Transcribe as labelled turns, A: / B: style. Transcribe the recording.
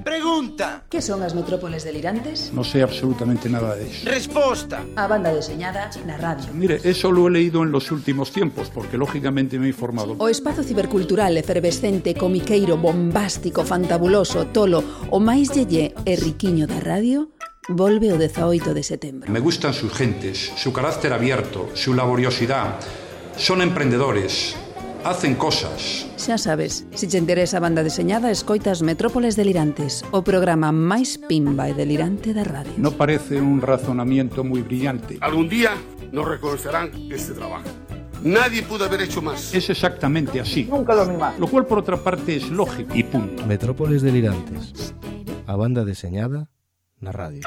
A: Pregunta.
B: Que son as metrópoles delirantes?
C: No sé absolutamente nada de eso.
A: Resposta.
B: A banda deseñada na radio.
C: Mire, eso lo he leído en los últimos tiempos, porque lógicamente me he informado.
B: O espazo cibercultural efervescente, comiqueiro, bombástico, fantabuloso, tolo, o máis yeye e riquiño da radio, volve o 18 de setembro.
C: Me gustan sus gentes, su carácter abierto, su laboriosidad. Son emprendedores, hacen cosas.
B: Xa sabes, se te interesa a banda deseñada, escoitas Metrópoles Delirantes, o programa máis pimba e delirante da radio.
C: No parece un razonamiento muy brillante.
D: Algún día nos reconocerán este trabajo. Nadie pudo haber hecho más.
C: Es exactamente así.
E: Nunca dormí más.
C: Lo cual, por otra parte, es lógico y punto.
F: Metrópoles Delirantes. A banda deseñada na radio.